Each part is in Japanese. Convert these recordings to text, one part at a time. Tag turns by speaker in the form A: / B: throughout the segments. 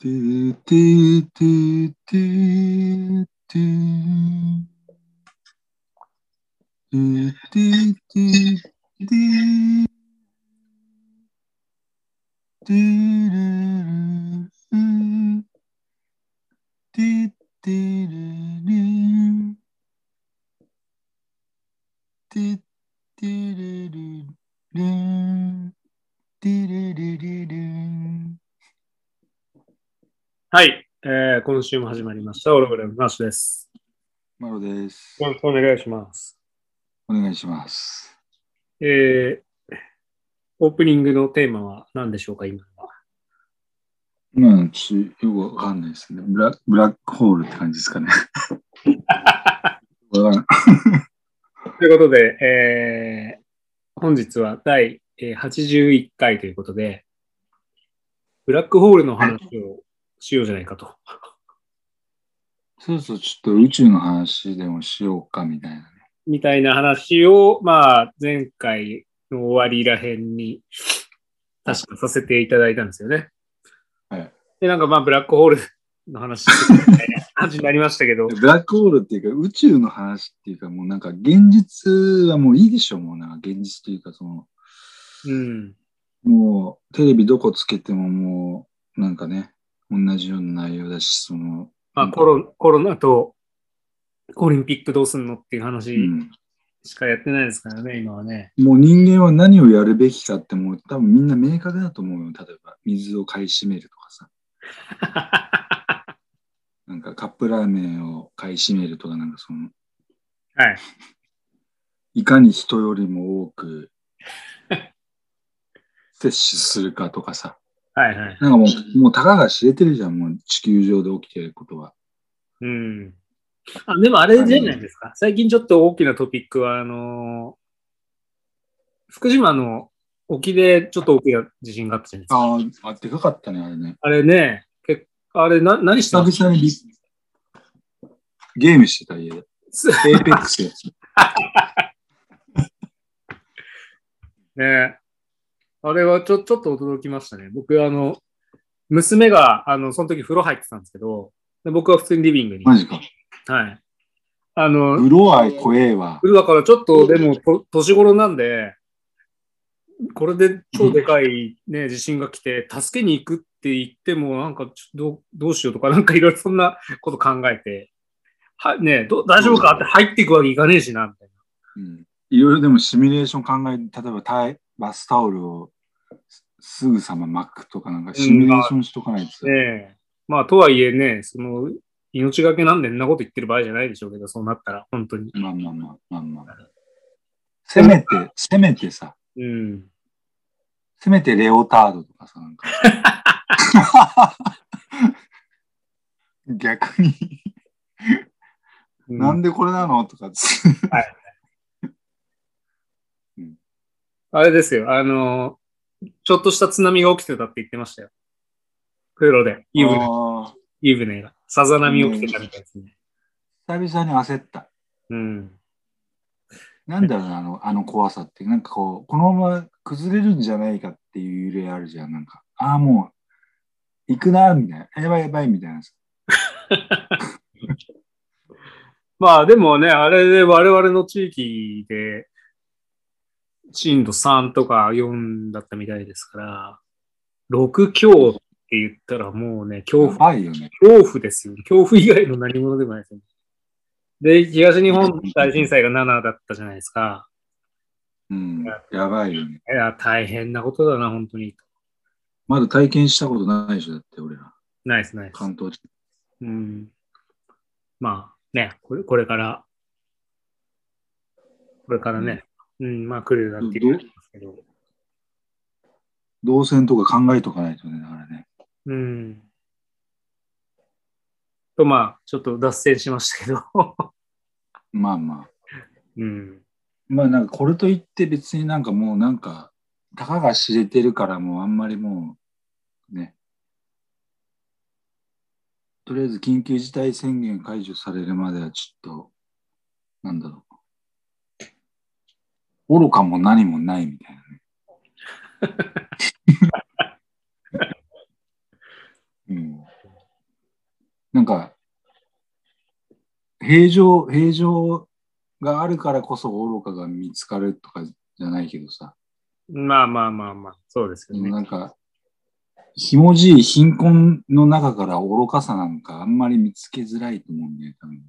A: トゥトゥトゥトゥトゥトゥトゥトゥトゥトゥルルルトゥトゥルルトゥトゥルルルトゥルルルルン
B: はい、えー今週も始まりました。オログラムマッシュです。
A: マロです。
B: よろしくお願いします。
A: お願いします。
B: えーオープニングのテーマは何でしょうか、今のは。
A: うん、ちょっとよくわかんないですね。ブラブラックホールって感じですかね。わからん
B: ということで、えー本日は第えー81回ということで、ブラックホールの話をしようじゃないかと。
A: そうそう、ちょっと宇宙の話でもしようかみたいなね。
B: みたいな話を、まあ、前回の終わりらへんに、確かさせていただいたんですよね。
A: はい。
B: で、なんかまあ、ブラックホールの話 みたいな感じになりましたけど、
A: ブラックホールっていうか、宇宙の話っていうか、もうなんか現実はもういいでしょ、もうなんか現実というか、その、
B: うん。
A: もうテレビどこつけてももう、なんかね、同じような内容だし、その、
B: まあ、
A: うん
B: コロコロナとオリンピックどうすんのっていう話
A: うん、
B: しかやってないですからね、今は ね。
A: もう人間は何をやるべきかってもう多分みんな明確だと思うよ。例えば水を買い占めるとかさ、
B: は
A: なんかカップラーメンを買い占めるとか、なんかその、
B: い。
A: いかに人よりも多 く摂取するかとかさ。
B: はいはい。
A: なんかもう、もうたかが知れてるじゃん、もう地球上で起きてることは。
B: うん。あでもあれじゃないですか。最近ちょっと大きなトピックは、あのー福島の沖でちょっと大きな地震があったじゃないですか。
A: ああ、でかかったね、あれね。
B: あれね、結あれな、何してたんです
A: 久々にびゲームしてた家で。エーペックスやつ。
B: ね。あれはちょちょっと驚きましたね。僕、あの、娘が、あの、その時風呂入ってたんですけど、で僕は普通にリビングに。
A: マジか。
B: はい。あの、
A: ブロアイ怖えわ。
B: だからちょっと、でも、と年頃なんで、これで超でかい、ね、地震が来て、助けに行くって言っても、なんかちょどう、どうしようとか、なんかいろいろそんなこと考えて、は、ね、ど大丈夫かって入っていくわけいかねえしな、みたい
A: うんいろいろでもシミュレーション考え、例えばタイバスタオルをすすぐさま巻くとかなんかシミュレーションしとかないとさ
B: な。ねえまあ、とはいえね、その、命がけなんでんなこと言ってる場合じゃないでしょうけど、そうなったら、本当に。
A: まあまあまあまあまあ。せめて、せめてさ、
B: うん。
A: せめてレオタードとかさ、なんか。 逆に、
B: う
A: なんでこれなのとかつって。
B: あれですよ、あの、ちょっとした津波が起きてたって言ってましたよ。プロで、湯船
A: あー
B: 湯船が。さざ波起きてたみたいですね。
A: 久々に焦った。
B: うん。
A: なんだろうな、あのあの怖さって。なんかこう、このまま崩れるんじゃないかっていう揺れあるじゃん。なんか、ああ、もう、行くな、みたいな。やばいやばい、みたいなさ。
B: まあでもね、あれで我々の地域で、震度3とか4だったみたいですから、6強って言ったらもうね、恐
A: や
B: 怖、
A: ばいよね。
B: 恐怖ですよ。恐怖以外の何物でもないですよね。で、東日本大震災が7だったじゃないですか。
A: うん、やばいよね。
B: いや、大変なことだな、本当に。
A: まだ体験したことないでしょ、だって俺ら。
B: ナイスナイス。
A: 関東地
B: うん。まあ、ね、これこれから、これからね、うん、まあ来るなんて言ってますけど、
A: 動線とか考えとかないとね、だからね。
B: うん。と、まあ、ちょっと脱線しましたけど、
A: まあまあ。
B: うん。
A: まあなんかこれといって別になんかもうなんか、たかが知れてるからもうあんまりもう、ね。とりあえず緊急事態宣言解除されるまではちょっと、なんだろう。愚かも何もないみたいなね。うん。なんか、平常、平常があるからこそ愚かが見つかるとかじゃないけどさ、
B: まあまあまあまあ、そうですけどね。
A: なんか、ひもじい貧困の中から愚かさなんかあんまり見つけづらいと思うんだよね、多分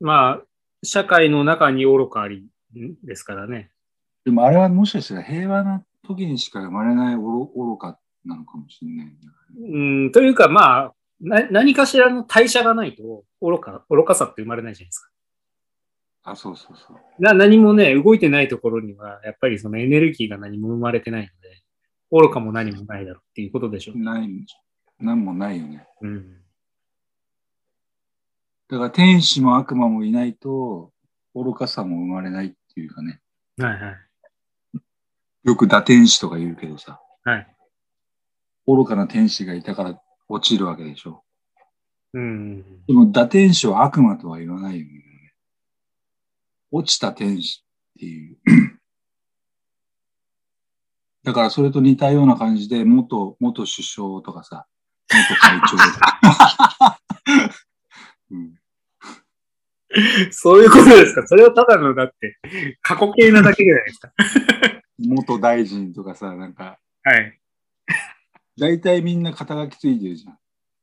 B: まあ、社会の中に愚かありですからね。
A: でもあれはもしかしたら平和な時にしか生まれない愚愚かなのかもしれないんだよね。
B: うん、というかまあ、な何かしらの代謝がないと愚か、愚かさって生まれないじゃないですか。
A: あ、そうそうそう。
B: な何もね、動いてないところには、やっぱりそのエネルギーが何も生まれてないので、愚かも何もないだろうっていうことでしょう。
A: ない、なんもないよね。
B: うん。
A: だから天使も悪魔もいないと、愚かさも生まれないっていうかね。
B: はいはい。
A: よく打天使とか言うけどさ、
B: はい。
A: 愚かな天使がいたから落ちるわけでしょ。
B: うん。
A: でも打天使は悪魔とは言わないよね。落ちた天使っていう。 だからそれと似たような感じで、元、元首相とかさ、元会長とか。うん
B: そういうことですか。それはただの、だって、過去形なだけじゃないですか。
A: 元大臣とかさ、なんか、
B: はい。
A: 大体みんな肩書きついてるじゃん。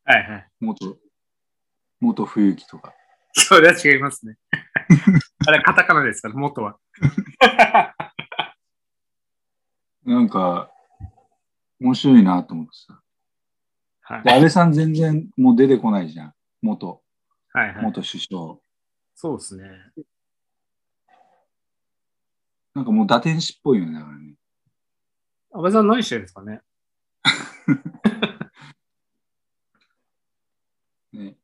B: はいはい。
A: 元、元冬木とか。
B: それは違いますね。 あれ、カタカナですから、元は。
A: なんか、面白いなと思ってさ。
B: はい
A: で安倍さん全然もう出てこないじゃん。元、
B: はいはい。
A: 元首相。
B: そうですね。
A: なんかもう打天使っぽいよね、だからね。
B: 安倍さん何してるんですかね。
A: ね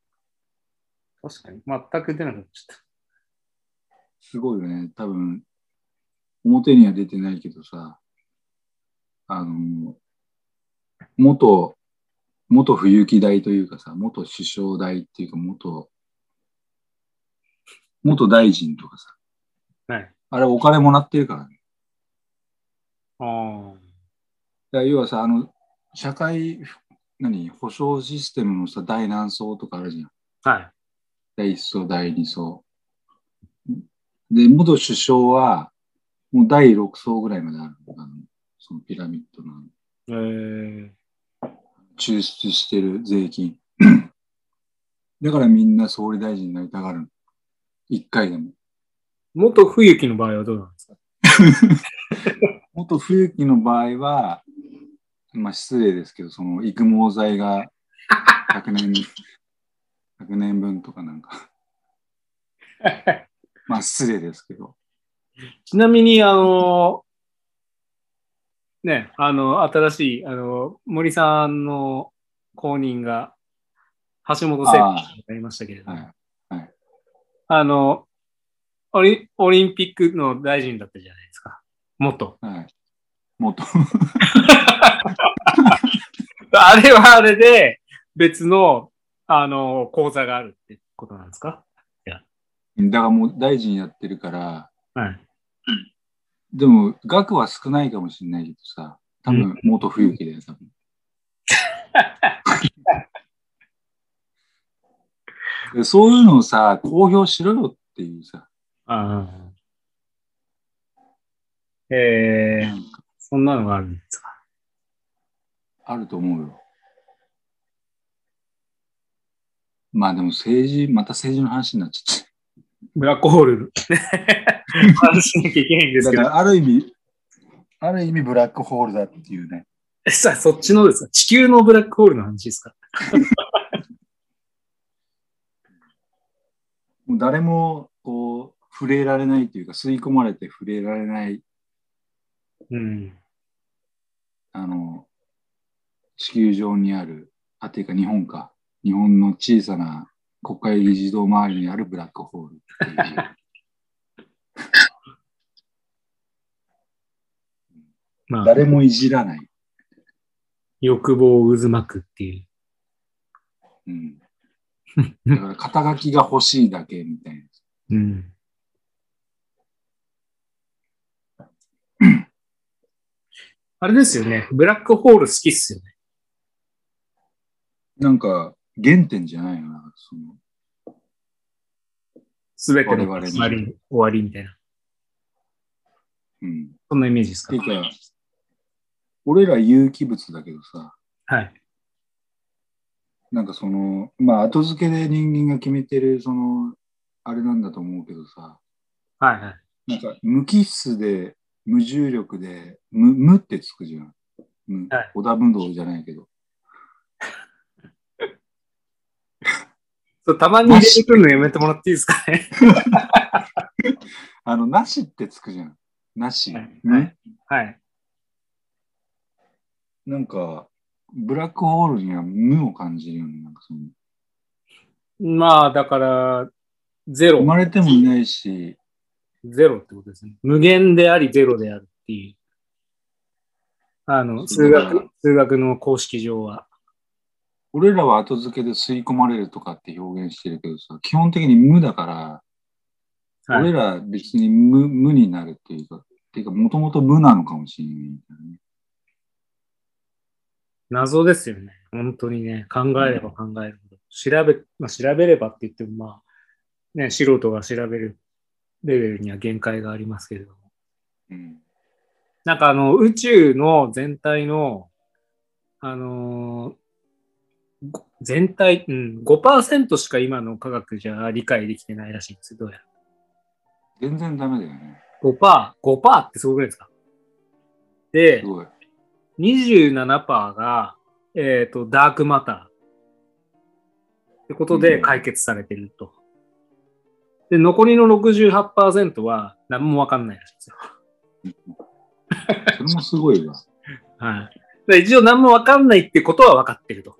B: 確かに。全く出なくなっちゃっ
A: すごいよね。多分、表には出てないけどさ、あの、元、元冬木大というかさ、元首相大っていうか、元、元大臣とかさ、
B: た。はい。
A: あれお金もらってるからね。だ
B: ああ。
A: から要はさ、あの、社会、何、保障システムのさ、第何層とかあるじゃん。
B: はい。
A: 第1層、第2層。で、元首相は、もう第6層ぐらいまであるあの。そのピラミッドの
B: えー、
A: 抽出してる税金。 だからみんな総理大臣になりたがるの。一回でも。
B: 元冬木の場合はどうなんですか
A: 元冬木の場合は、まあ失礼ですけど、その育毛剤が100年、100年分とかなんか、まあ失礼ですけど。
B: ちなみに、あの、ね、あの、新しい、あの、森さんの後任が、橋本聖子さんになりましたけれども、
A: はい
B: あ,、のオリ、オリンピックの大臣だったじゃないですか。元。
A: はい。元。
B: あれはあれで、別の、あの、講座があるってことなんですか
A: だからもう大臣やってるから、
B: はい。
A: でも額は少ないかもしれないけどさ、多分元冬木だよ、多 分。でそういうのをさ、公表しろよっていうさ、
B: ああ。え
A: な
B: ー、
A: んか
B: そんなのがあるんですか
A: あると思うよ。まあでも政治、また政治の話になっちゃっ
B: ブラックホール。話しなきゃいけないんで
A: た。
B: す
A: だ
B: け
A: か
B: ど。
A: らある意味、ある意味ブラックホールだっていうね。
B: さあ、そっちのですか地球のブラックホールの話ですか
A: もう誰もこう触れられないというか吸い込まれて触れられない
B: うん。
A: あの地球上にあるあていうか日本か日本の小さな国会議事堂周りにあるブラックホールっていう
B: まあ、
A: 誰もいじらない、
B: 欲望を渦巻くっていう。
A: うん、だから肩書きが欲しいだけみたいな
B: うん。あれですよね。ブラックホール好きっすよね。
A: なんか原点じゃないよな、その、
B: すべての
A: 我々に
B: 終わり、終わりみたいな。
A: うん。
B: そんなイメージですか
A: てか、俺ら有機物だけどさ、
B: はい。
A: なんかその、まあ後付けで人間が決めてる、その、あれなんだと思うけどさ、
B: はいはい。
A: なんか無機質で、無重力で、無無ってつくじゃん。無
B: はい
A: 織田武道じゃないけど。
B: そう、たまに入れてくるのやめてもらっていいですかね。
A: あの、なしってつくじゃん。なし。
B: はい
A: ね。
B: はい。
A: なんか、ブラックホールには無を感じるよね。なんかその
B: まあ、だから、ゼ
A: 生
B: ロ、
A: まれてもいないし、
B: ゼロってことですね。無限であり、ゼロであるっていう。あの、数学、数学の公式上は。
A: 俺らは後付けで吸い込まれるとかって表現してるけどさ、基本的に無だから、
B: はい
A: 俺ら別に無無になるっていうか、っていうか、もともと無なのかもしれないんだよね。
B: 謎ですよね。本当にね、考えれば考えるほど。調べ、まあ、調べればって言っても、まあ、ね、素人が調べるレベルには限界がありますけれども。
A: うん。
B: なんかあの、宇宙の全体の、あのーご全体、うん、5%しか今の科学じゃ理解できてないらしいんですよ、どうやら。
A: 全然ダメだよね。、
B: 5%、5%ってすごくないですかです
A: ごい。
B: 27%が、えっ、と、ダークマター。ってことで
A: うん
B: 解決されてると。で、残りの68%は何もわかんないらしいですよ。
A: それもすごいわ。
B: はい。で一応何もわかんないってことは分かってると。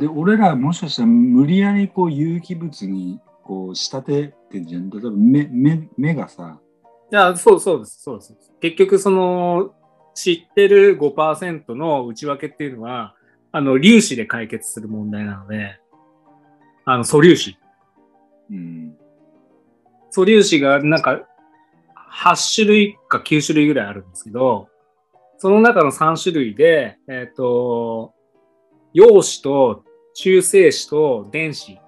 A: で、俺らもしかしたら無理やりこう有機物にこう仕立ててんじゃん。例えば目目目がさ、
B: いや、そうそうです、そうです。結局、その、知ってる5%の内訳っていうのは、あの、粒子で解決する問題なので、あの、素粒子。
A: うん、
B: 素粒子がなんか8種類か9種類ぐらいあるんですけど、その中の3種類で、えっ、と、陽子と中性子と電子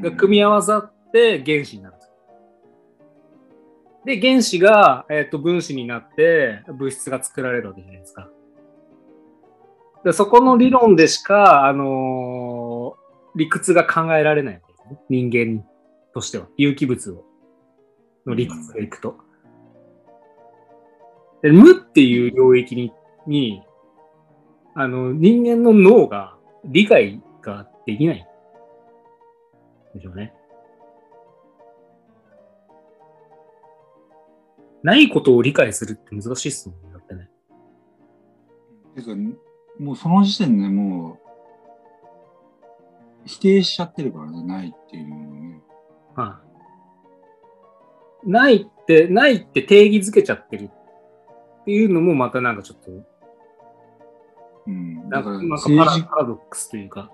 B: が組み合わさって原子になるんです。で、原子が、えっと分子になって物質が作られるわけじゃないですか。でそこの理論でしか、あのー理屈が考えられないわけですね。人間としては。有機物を。の理屈でいくと。で無っていう領域に、にあの、人間の脳が理解ができない。でしょうね。ないことを理解するって難しいっすもんね。だってね。
A: てか、もうその時点でもう、否定しちゃってるからね、ないっていうのをね。
B: はい。ないって、ないって定義づけちゃってるっていうのもまたなんかちょっと、
A: うん、だ
B: なんか
A: から
B: なんかパ
A: 政
B: ラ
A: 治
B: パラドックスというか、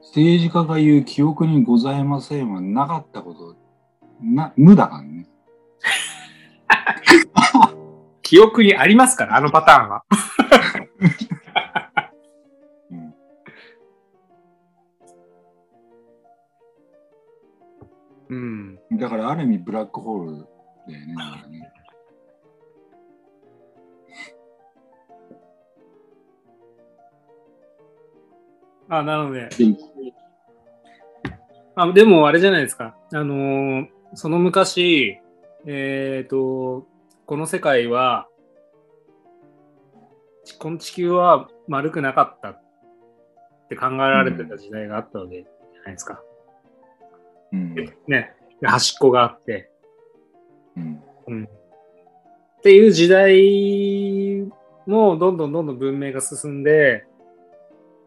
A: 政治家が言う記憶にございませんはなかったこと、な無だからね。
B: 記憶にありますから、あのパター ンは。
A: うん、
B: うん。
A: だからある意味ブラックホールだよね。だからね
B: あ、なので、
A: でも
B: あでもあれじゃないですか。あのーその昔、えっ、と、この世界は、ちこの地球は丸くなかったって考えられてた時代があったわけじゃないですか。
A: うん
B: ね。で端っこがあって。
A: うん
B: うん。っていう時代もどんどんどんどん文明が進んで、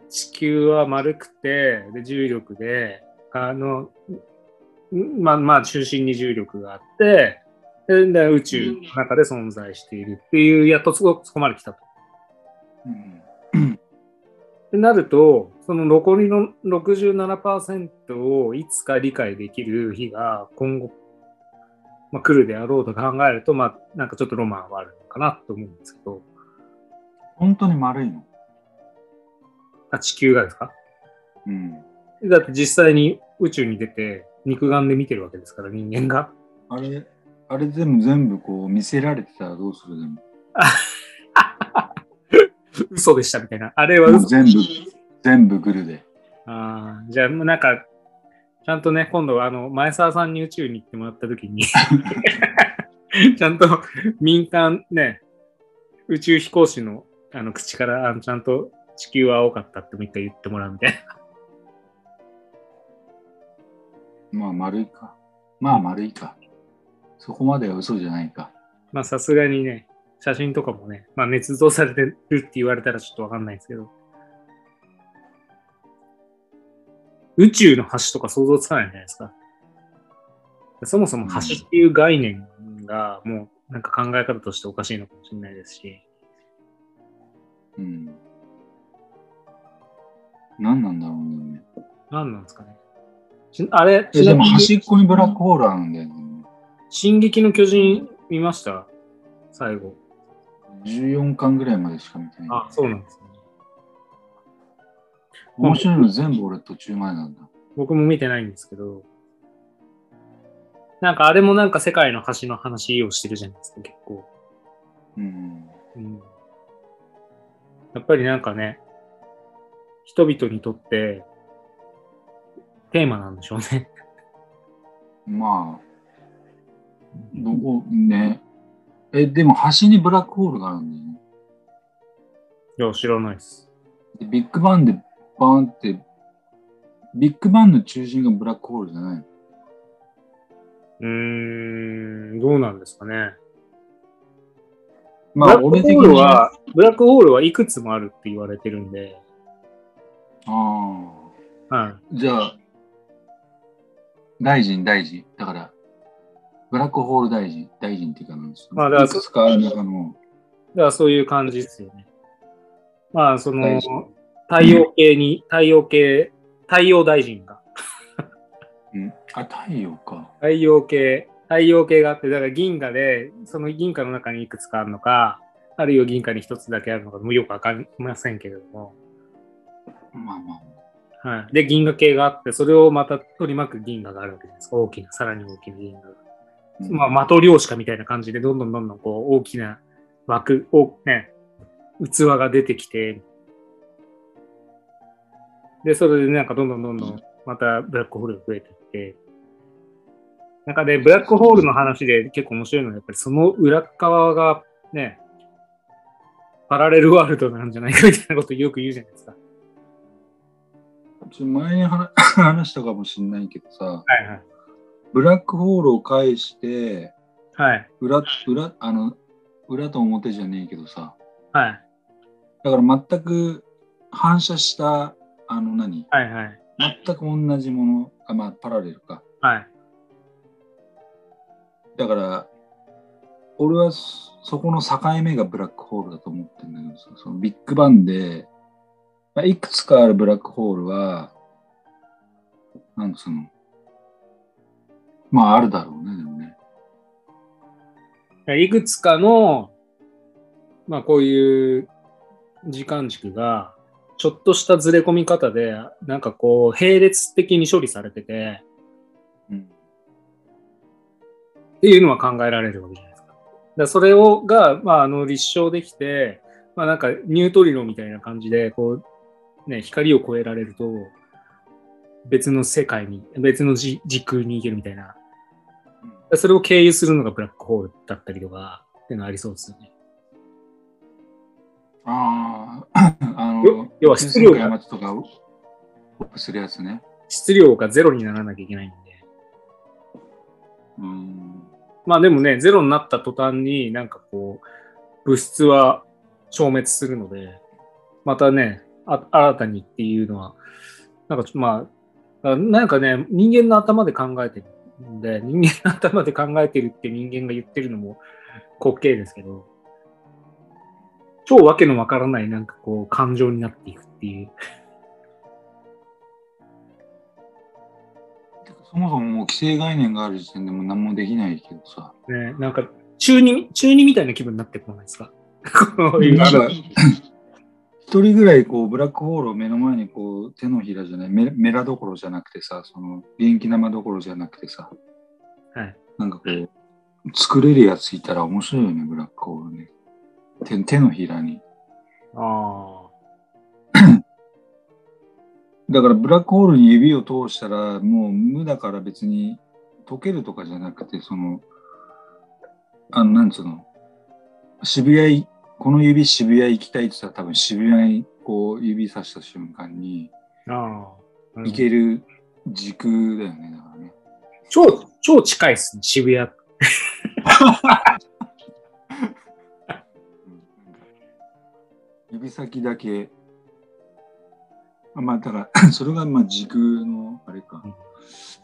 B: 地球は丸くて、で重力で、あの、んまあまあ中心に重力があって、でで宇宙の中で存在しているっていう、やっとそこそこまで来たと。
A: うん
B: ってなると、その残りの67%をいつか理解できる日が今後、まあ、来るであろうと考えると、まあ、なんかちょっとロマンはあるのかなと思うんですけど、
A: 本当に丸いの。
B: あ、地球がですか
A: うん。
B: だって実際に宇宙に出て肉眼で見てるわけですから、人間が。
A: あれ、あれ全部全部こう見せられてたらどうするでも。
B: 嘘でしたみたいな。あれは
A: も
B: 嘘
A: う全部、全部グルで。
B: あーじゃあ、もうなんか、ちゃんとね、今度はあの、前澤さんに宇宙に行ってもらった時に、 ちゃんと民間ね、宇宙飛行士のあの口からあの、ちゃんと地球は青かったってもう一回言ってもらうみたいな。
A: まあ丸いか。まあ丸いか。そこまでは嘘じゃないか。
B: まあ、さすがにね、写真とかもね、まあ、捏造されてるって言われたらちょっとわかんないですけど。宇宙の橋とか想像つかないじゃないですか。そもそも橋っていう概念がもうなんか考え方としておかしいのかもしれないですし、
A: うん。何なんだろうね。
B: 何なんですかね。ちあれ、
A: え
B: ち
A: で
B: なみ
A: も
B: に
A: 端っこにブラックホールあるんだよね。
B: 進撃の巨人見ました最後。
A: 14巻ぐらいまでしか見てない
B: あ、。そうなんですね。
A: 面白いの全部俺途中前なんだ。
B: 僕も見てないんですけど、なんかあれもなんか世界の橋の話をしてるじゃないですか、結構。
A: うん。
B: うん、やっぱりなんかね、人々にとってテーマなんでしょうね。
A: まあ、どこ、ね。え、でも端にブラックホールがあるんだよね。
B: いや、知らないです。
A: でビッグバンでバーンって、ビッグバンの中心がブラックホールじゃないの
B: うーん、どうなんですかね。
A: まあ、
B: ブラ
A: 俺
B: ック
A: 的
B: ホー
A: に
B: ルは、ブラックホールはいくつもあるって言われてるんで、
A: あ
B: はい。
A: あ。じゃあ、大臣、大臣。だから、ブラックホール大臣、大臣っていうかなんですよ
B: まあだか
A: い
B: ら
A: くつかある中の、
B: だからそういう感じですよね。まあ、その
A: 大臣、
B: 太陽系に、太陽系、太陽大臣が、
A: うん、あ、太陽か。
B: 太陽系、太陽系があって、だから銀河で、その銀河の中にいくつかあるのか、あるいは銀河に一つだけあるのか、もうよくわかりませんけれども、
A: まあまあ。
B: はい。で、銀河系があって、それをまた取り巻く銀河があるわけじゃないですか。大きな、さらに大きな銀河が。
A: うん
B: まあ、マトリョーシカみたいな感じで、どんどんどんどんこう大きな枠、をね、器が出てきて、で、それでなんかどんどんどんどんまたブラックホールが増えていって、なんかで、ブラックホールの話で結構面白いのは、やっぱりその裏側がね、パラレルワールドなんじゃないかみたいなことよく言うじゃないですか。
A: ちょ前に話 話したかもしれないけどさ、
B: はいはい。
A: ブラックホールを介して、
B: はい。
A: 裏、裏、あの、裏と表じゃねえけどさ、
B: はい。
A: だから全く反射した、あの何、
B: はいはい。
A: 全く同じもの、あ、まあ、パラレルか。
B: はい。
A: だから、俺はそそこの境目がブラックホールだと思ってるんだけどさ、そのビッグバンで、まあ、いくつかあるブラックホールは、なんつうの、まああるだろうね、でもね。
B: いくつかの、まあこういう時間軸が、ちょっとしたずれ込み方で、なんかこう、並列的に処理されてて、
A: うん
B: っていうのは考えられるわけじゃないですか。だからそれを、が、まああの、立証できて、まあなんかニュートリノみたいな感じで、こう、ね、光を超えられると、別の世界に、別のじ時空に行けるみたいな。それを経由するのがブラックホールだったりとか、っていうのはありそうですよね。
A: ああ、あの
B: よ、要は質量が
A: 宇宙戦艦ヤマトとかをオフするやつね。
B: 質量がゼロにならなきゃいけないんで。
A: うん。
B: まあでもね、ゼロになった途端になんかこう、物質は消滅するので、またね、あ新たにっていうのは、なんかちょまあ、あなんかね、人間の頭で考えてるんで、人間の頭で考えてるって人間が言ってるのも滑稽ですけど、超わけのわからないなんかこう、感情になっていくっていう。
A: そもそももう既成概念がある時点でもう何もできないけどさ。
B: ね、なんか、 中二、中二みたいな気分になってこないですかこういう。
A: なんか一一人ぐらいこうブラックホールを目の前にこう手のひらじゃないメメラどころじゃなくてさその元気玉どころじゃなくてさ、
B: はい、
A: なんかこう作れるやついたら面白いよねブラックホールね手手のひらに
B: あ
A: だからブラックホールに指を通したらもう無だから別に溶けるとかじゃなくてそのあのなんつうの渋谷いこの指渋谷行きたいって言ったら多分渋谷にこう指さした瞬間に
B: あ。ああ。
A: 行ける軸だよねだからね
B: 超、超近いっすね、渋谷。
A: うんなんか指先だけあまあだから それがまあ軸のあれか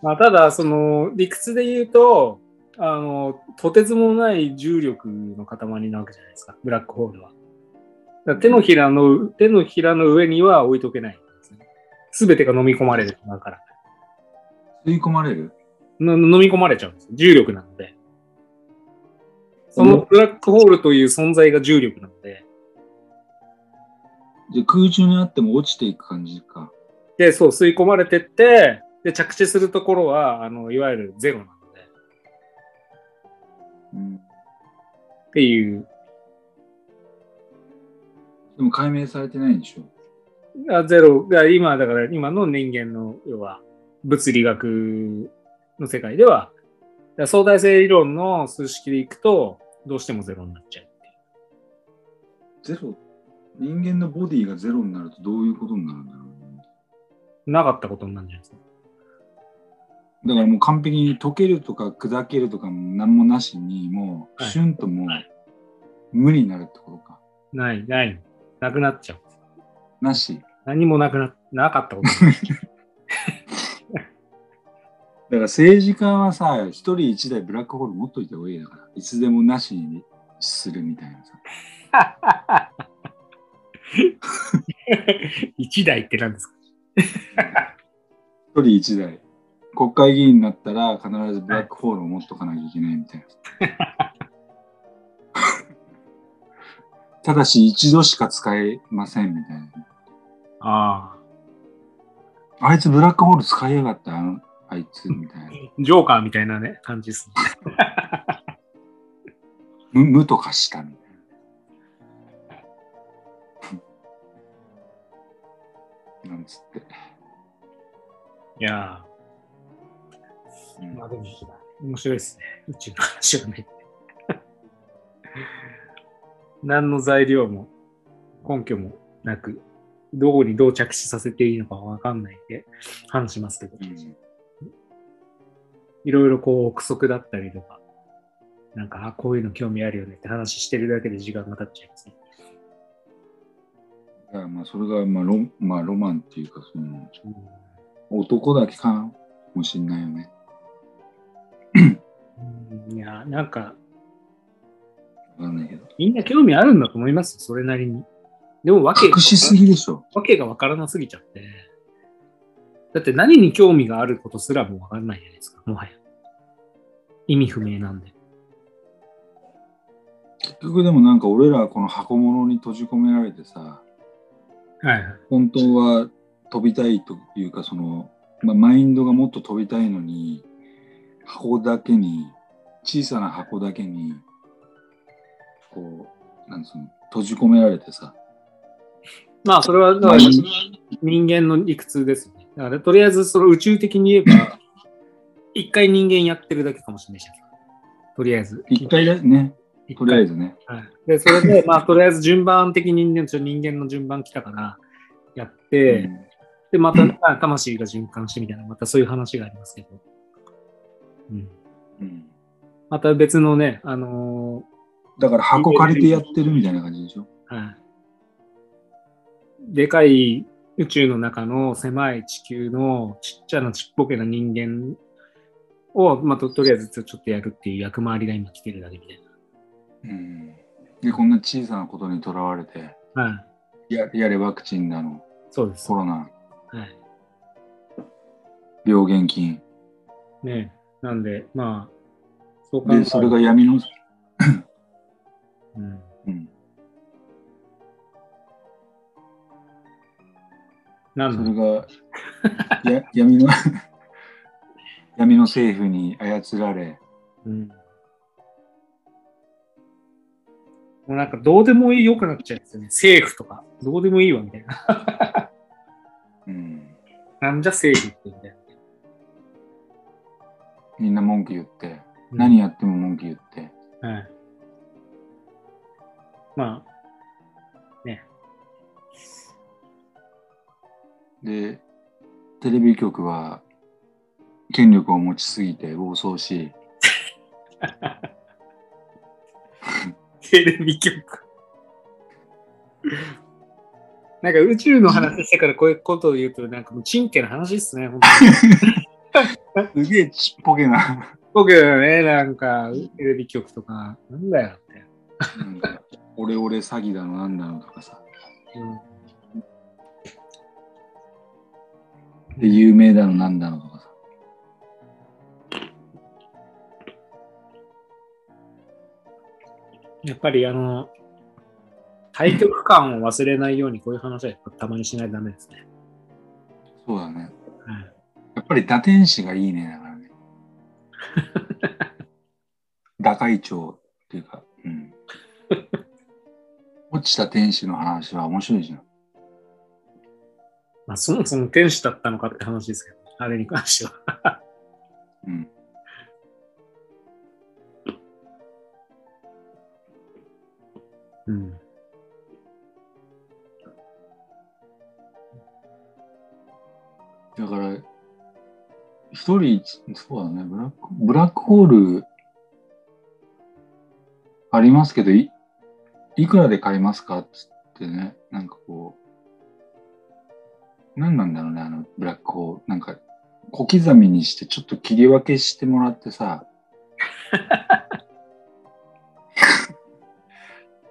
B: まあ、ただ、その、理屈で言うと、あの、とてつもない重力の塊なわけじゃないですか、ブラックホールは。だから手のひらの、手のひらの上には置いとけないんですね。すべてが飲み込まれるだから。
A: 吸い込まれる
B: の飲み込まれちゃうんです。重力なので。そのブラックホールという存在が重力なので。
A: じゃあ空中にあっても落ちていく感じか
B: で、そう、吸い込まれてって、で、着地するところは、あの、いわゆるゼロなので、
A: うん
B: っていう。
A: でも解明されてないんでしょ
B: あゼロが今、だから今の人間の、要は、物理学の世界では、だから相対性理論の数式でいくと、どうしてもゼロになっちゃうっていう。
A: ゼロ人間のボディがゼロになるとどういうことになるんだろうね
B: なかったことになるんじゃないですか。
A: だからもう完璧に溶けるとか砕けるとかも何もなしにもう
B: はい
A: シュンともう無になるってことか
B: ない、ない。なくなっちゃう。
A: なし
B: 何もなくな、なかった こと。
A: だから政治家はさ、一人一台ブラックホール持っといた方がいいだから、いつでもなしにするみたいなさ。
B: 一台って何ですか
A: 一人一台。国会議員になったら必ずブラックホールを持っとかなきゃいけないみたいな。ただし一度しか使えませんみたいな。
B: ああ。
A: あいつブラックホール使いやがったあのあいつみたいな。
B: ジョーカーみたいなね、感じですね。
A: 無無とかしたみたいな。なんつって。
B: いや
A: うん
B: ー、まあでも、面白いですね。宇宙の話はね。何の材料も根拠もなく、どこにどう着地させていいのかわかんないんで話しますけど、
A: うん
B: いろいろこう憶測だったりとか、なんか、あこういうの興味あるよねって話してるだけで時間が経っちゃいますね。
A: だからまあそれがまあロ,、まあ、ロマンっていうかその
B: うん
A: 男だけかもしんないよね。
B: うんいやー、なんか、
A: わかんないけど。
B: みんな興味あるんだと思いますよそれなりに。でも、わけ
A: 隠しすぎでしょ。
B: わけがわからなすぎちゃって。だって何に興味があることすらもわからないじゃないですか、もはや。意味不明なんで。
A: 結局でもなんか俺らはこの箱物に閉じ込められてさ、
B: はいはい。
A: 本当は飛びたいというかその、まあ、マインドがもっと飛びたいのに、箱だけに、小さな箱だけに、こう、なんつうの、閉じ込められてさ。
B: まあ、それは、だから人間の理屈ですよね。だから、とりあえず、その宇宙的に言えば、一回人間やってるだけかもしれないじゃないですか。とりあえず。
A: 一回だね、
B: 一
A: とりあえずね。
B: はい、で、それで、まあ、とりあえず順番的に人間ちょ人間の順番来たから、やって、
A: うん
B: で、また、まあ魂が循環してみたいな、またそういう話がありますけど。うん。
A: うん
B: また別のね、あの
A: だから箱借りてやってるみたいな感じでしょ。
B: ーはい。でかい宇宙の中の狭い地球のちっちゃなちっぽけな人間を、まあ、ととりあえずちょちょっとやるっていう役回りが今来てるだけみたい
A: うんで、こんな小さなことにとらわれて、
B: な。はい。
A: ややれワクチンだの、
B: そうです。
A: コロ
B: は
A: ナ、
B: い。
A: 病原菌。
B: ねなんで、まあ、そう考え
A: で、それが闇の、
B: うん、
A: うん、
B: な
A: それ
B: んだ
A: がや 闇の闇の政府に操られ、
B: うん。もうなんかどうでもいい良くなっちゃうんですよね。政府とか。どうでもいいわ、みたいな。
A: うん、
B: なんじゃ政府って、みたいな。
A: みんな文句言って、何やっても文句言って、
B: はい。まあ、ね。
A: で、テレビ局は権力を持ちすぎて暴走し、
B: テレビ局。なんか宇宙の話してからこういうことを言うと、なんかもうチンケな話ですね、本当に。
A: すげ えちっぽけな、
B: 僕ね、なんかテレビ局とか、なんだよって。
A: なんかオレオレ詐欺だのなんだのとかさ、
B: うん
A: で有名だのなんだのとかさ。
B: やっぱりあの、対局感を忘れないようにこういう話はやっぱたまにしないとダメですね。
A: そうだね。
B: はい
A: やっぱり打天使がいいね、だからね。打開帳っていうか、うん。落ちた天使の話は面白いじゃん。
B: まあ、そもそも天使だったのかって話ですけど、あれに関しては。
A: うん。
B: うん。
A: だから、一人、そうだね、ブラック、ブラックホール、ありますけど、いいくらで買いますかっつってね、なんかこう、何なんだろうね、あの、ブラックホール。なんか、小刻みにして、ちょっと切り分けしてもらってさ、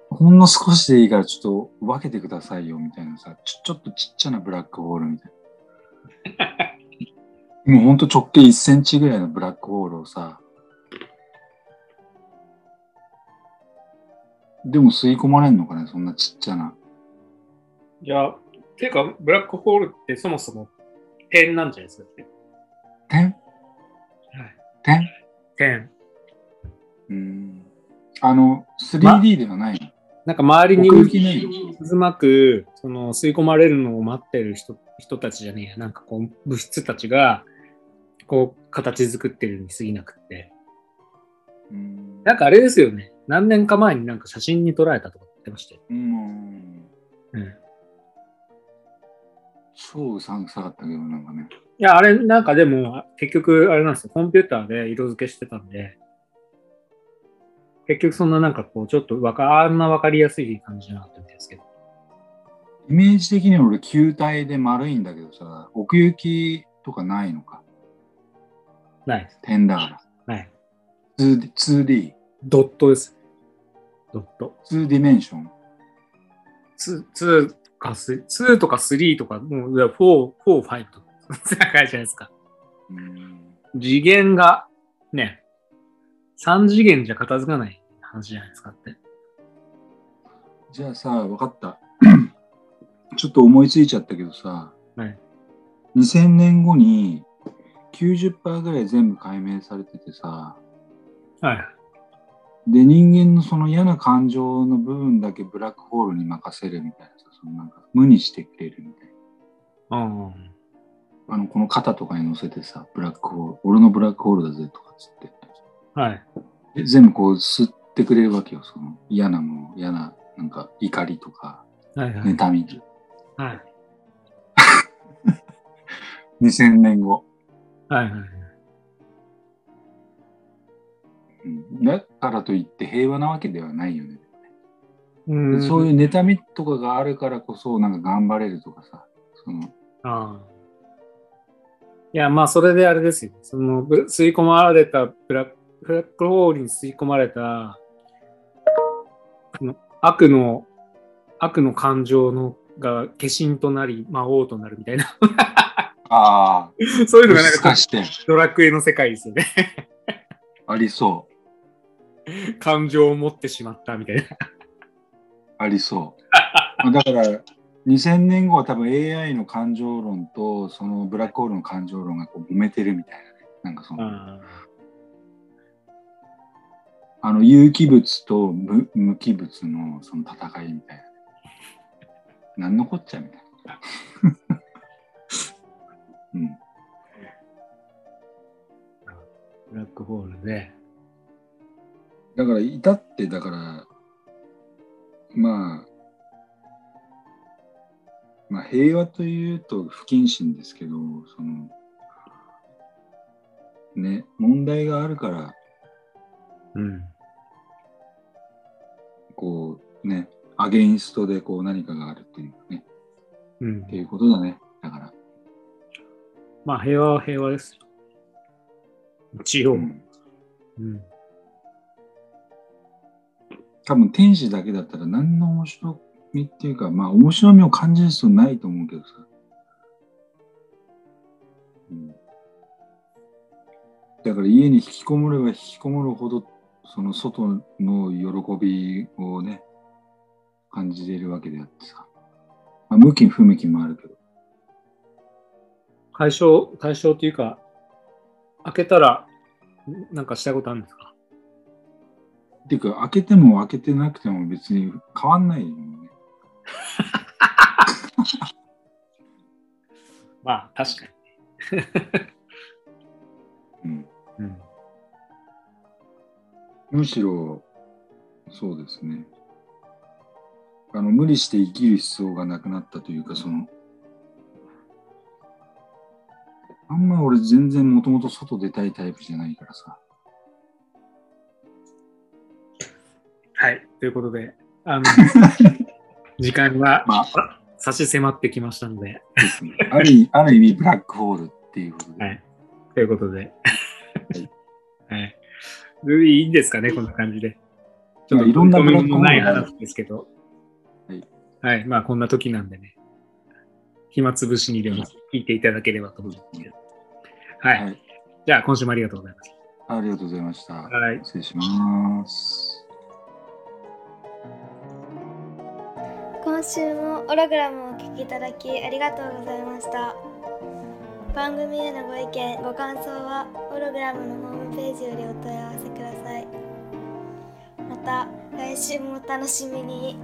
A: ほんの少しでいいから、ちょっと分けてくださいよ、みたいなさ、ちょちょっとちっちゃなブラックホールみたいな。もうほんと直径1センチぐらいのブラックホールをさ、でも吸い込まれんのかね、そんなちっちゃな。
B: いや、ていうか、ブラックホールってそもそも点なんじゃないですか。
A: 点点
B: 点。
A: うん。あの、3D ではないの。
B: なんか周りに
A: 奥行きないで
B: 渦巻く、その吸い込まれるのを待ってる人人たちじゃねえや、なんかこう、物質たちが、こう、形作ってるに過ぎなくって。
A: うん。
B: なんかあれですよね。何年か前になんか写真に撮られたとか言ってましたよ。
A: うん。
B: うん。い
A: 超うさんくさかったけど、なんかね。
B: や、あれ、なんかでも、結局、あれなんですよ。コンピューターで色付けしてたんで、結局そんななんかこう、ちょっとわか、あんなわかりやすい感じじゃなかったんですけど。
A: イメージ的には俺球体で丸いんだけどさ、奥行きとかないのか。
B: ないです。
A: 点だか
B: はい。
A: ら。2D、2D、
B: ドットです。ドット。
A: 2ディメンション。
B: ツーかスツーとか3とか、もういや4、4、5とか、そ んな感じじゃないですか。
A: うん
B: 次元が、ね、3次元じゃ片付かない話じゃないですかって。
A: じゃあさ、分かった。 ちょっと思いついちゃったけどさ、
B: はい
A: 2000年後に90%ぐらい全部解明されててさ、
B: はい。
A: で、人間のその嫌な感情の部分だけブラックホールに任せるみたいなさ、そのなんか無にしてくれるみたい
B: うん。
A: な。あの、この肩とかに乗せてさ、ブラックホール、俺のブラックホールだぜとかっつって。
B: はい。
A: で全部こう吸ってくれるわけよ、その嫌なもの、嫌な、なんか怒りとか、
B: はいはい。
A: 妬み。
B: はい。
A: 2000年後。
B: はいはい。
A: うんだからといって平和なわけではないよね。
B: うん
A: そう
B: う。
A: いう妬みとかがあるからこそ、なんか頑張れるとかさ、その
B: ああいや、まあ、それであれですよ。その、ぶ吸い込まれたブラック、ブラックホールに吸い込まれた、その悪の、悪の感情の、が化身となり、魔王となるみたいな。
A: ああ、
B: そういうのがなん
A: 難
B: か、
A: 化して
B: ドラクエの世界ですよね。
A: ありそ
B: 感情を持ってしまったみたいな。
A: う、ありそう。だから、 2000年後は多分 AI の感情論とそのブラックホールの感情論がこう揉めてるみたいなね。なんかその、
B: あ
A: あの有機物と無無機物のその戦いみたいな。何のこっちゃみたいな。 うん。
B: ーブラックホールで。
A: だから、至って、だから、まあ、まあ、平和というと不謹慎ですけど、その、ね、問題があるから、
B: うん。
A: こう、ね、アゲインストでこう何かがあるっていうね、
B: うん
A: っていうことだね。だから、
B: まあ、平和は平和ですよ。一応。
A: う
B: うん。
A: ん多分天使だけだったら何の面白みっていうか、まあ面白みを感じる必要ないと思うけどさ。うん、だから家に引きこもれば引きこもるほど、その外の喜びをね、感じれるわけであってさ。まあ、向き不向きもあるけど。
B: 解消、解消っていうか、開けたら、んなんかしたいことあるんですか
A: っていうか、開けても開けてなくても別に変わんないよね。
B: まあ、確かに。
A: うん
B: うん。
A: むしろ、そうですね。あの、無理して生きる必要がなくなったというか、その、あんま俺全然もともと外出たいタイプじゃないから さ。
B: はい。ということで、 あの、時間が、
A: ま
B: 差し迫ってきましたので、
A: ですねある意味、ある意味ブラックホールっていうことで。
B: はいということで。はい。でいいんですかね、こんな感じで。ちょっと
A: いろんな
B: 取り留め
A: ブ
B: もな
A: ラッ
B: い
A: クホールがある
B: 話ですけど。
A: はい。
B: はい。まあ、こんな時なんでね。暇つぶしにでも聞いていただければと思いますけど。はい。
A: はい
B: じゃあ、今週もありがとうございます。
A: ありがとうございました。
B: はい。
A: 失礼します。
C: 今週もオログラムをお聴きいただきありがとうございました番組へのご意見ご感想はオログラムのホームページよりお問い合わせくださいまた来週もお楽しみに